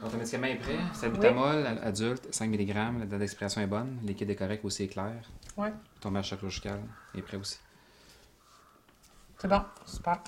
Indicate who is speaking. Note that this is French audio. Speaker 1: Donc, ton médicament est prêt. Salbutamol, al- adulte, 5 mg. La date d'expiration est bonne. Le liquide est correct, aussi est clair.
Speaker 2: Ouais.
Speaker 1: Ton marche chirurgical est prêt aussi.
Speaker 2: C'est bon. Super.